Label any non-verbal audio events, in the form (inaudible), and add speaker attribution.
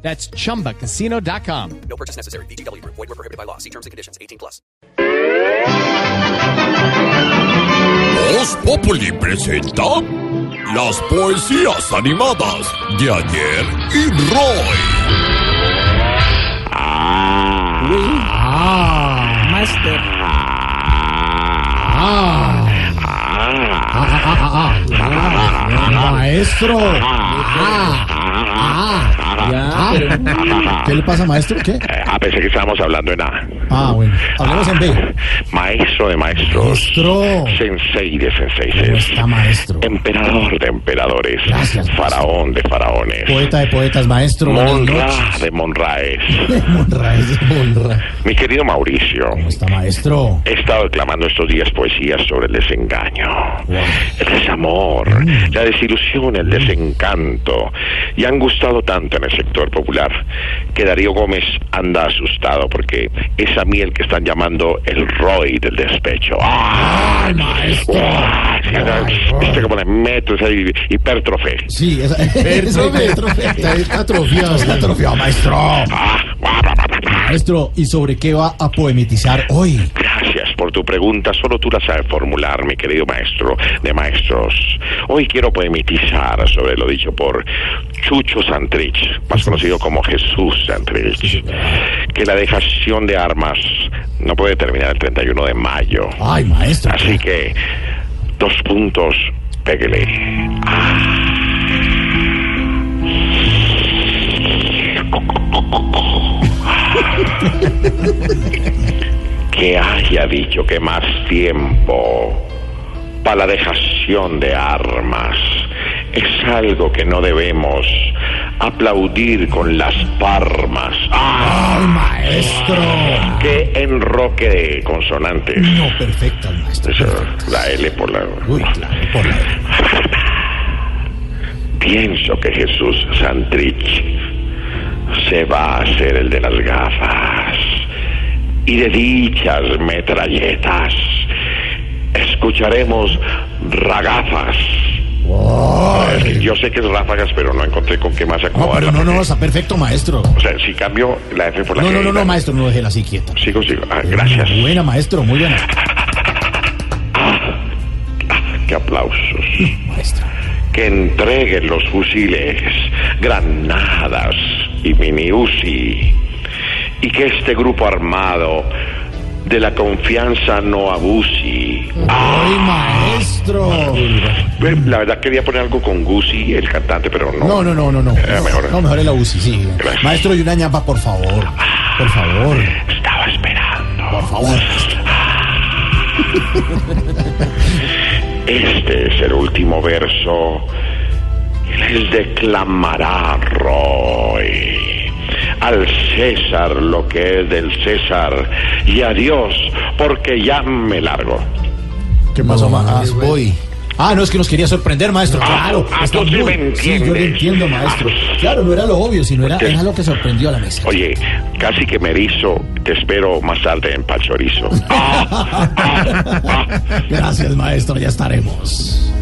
Speaker 1: That's chumbacasino.com.
Speaker 2: No purchase necessary. BGW. Void were prohibited by law. See terms and conditions. 18 plus.
Speaker 3: Voz Populi presenta las poesías animadas de ayer y Roy.
Speaker 4: Master.
Speaker 5: Maestro. Ah,
Speaker 4: Ya, pero
Speaker 5: ¿Qué le pasa, maestro? ¿Qué?
Speaker 6: Ah, pensé que estábamos hablando en A.
Speaker 5: Ah, bueno. Hablemos en B.
Speaker 6: Maestro de maestros.
Speaker 5: Maestro.
Speaker 6: Sensei de
Speaker 5: ¿Cómo
Speaker 6: senseis.
Speaker 5: está, maestro?
Speaker 6: Emperador de emperadores.
Speaker 5: Gracias, gracias.
Speaker 6: Faraón de faraones.
Speaker 5: Poeta de poetas, maestro. Buenas
Speaker 6: Monra
Speaker 5: noches. (laughs)
Speaker 6: de monraes.
Speaker 5: Monra, es de Monra.
Speaker 6: Mi querido Mauricio.
Speaker 5: ¿Cómo está, maestro?
Speaker 6: He estado declamando estos días poesías sobre el desengaño, el desamor, la desilusión, el desencanto, y han gustado tanto en el sector popular que Darío Gómez anda asustado porque esa miel que están llamando el Roy del despecho. ¡Ah!
Speaker 5: ¡Ay, maestro!
Speaker 6: ¡Ah! ¿Viste cómo le meto esa hi- hipertrofe?
Speaker 5: Sí, esa, (laughs) esa hipertrofia. Está atrofiado. Está atrofiado, maestro.
Speaker 6: ¡Ah! ¡Ah! ¡Ah! ¡Ah! ¡Ah!
Speaker 5: Maestro, ¿y sobre qué va a poemetizar hoy?
Speaker 6: Gracias por tu pregunta, solo tú la sabes formular, mi querido maestro de maestros. Hoy quiero poemitizar sobre lo dicho por Chucho Santrich, más conocido como Jesús Santrich, que la dejación de armas no puede terminar el 31 de mayo.
Speaker 5: Ay, maestro.
Speaker 6: Así que, dos puntos, Ah. pégale. que haya dicho que más tiempo para la dejación de armas es algo que no debemos aplaudir con las palmas. ¡Ah!
Speaker 5: Ay, maestro.
Speaker 6: ¡Qué enroque de consonantes!
Speaker 5: No, perfecta, maestro. perfecta.
Speaker 6: La L por la...
Speaker 5: Uy, claro, por la...
Speaker 6: Pienso que Jesús Santrich se va a hacer el de las gafas y de dichas metralletas. Escucharemos ragafas. Yo sé que es ráfagas, pero no encontré con qué más
Speaker 5: No,
Speaker 6: acomodarla.
Speaker 5: pero no, no, está perfecto, maestro.
Speaker 6: O sea, si cambio la F por la
Speaker 5: No,
Speaker 6: G,
Speaker 5: no, no,
Speaker 6: la-
Speaker 5: no, maestro, no déjela así quieta.
Speaker 6: Sigo, sigo. Ah, gracias.
Speaker 5: Buena, maestro, muy buena.
Speaker 6: Qué aplausos.
Speaker 5: (laughs) Maestro.
Speaker 6: que entreguen los fusiles, granadas y mini Uzi, y que este grupo armado de la confianza no abuse.
Speaker 5: ¡Ay, maestro!
Speaker 6: Eh, La verdad quería poner algo con Gucci, el cantante, pero no.
Speaker 5: No, no, no, no, no.
Speaker 6: Era Eh, mejor.
Speaker 5: No, mejor el UCI, sí. Maestro, y una ñapa, por favor. Por favor,
Speaker 6: Estaba esperando.
Speaker 5: por favor. maestro.
Speaker 6: Este es el último verso que les declamará Roy. Al César lo que es del César y a Dios porque ya me largo.
Speaker 5: ¿Qué pasó, más? Voy. Ah, no, es que nos quería sorprender, maestro. Claro.
Speaker 6: ah,
Speaker 5: está
Speaker 6: tú sí
Speaker 5: muy-
Speaker 6: me
Speaker 5: Sí, yo lo
Speaker 6: entiendes. Ah.
Speaker 5: entiendo, maestro. Claro, no era lo obvio, sino era, era lo que sorprendió a la mesa.
Speaker 6: Oye, casi que me erizo, te espero más tarde en (laughs) Pachorizo.
Speaker 5: Gracias, maestro, ya estaremos.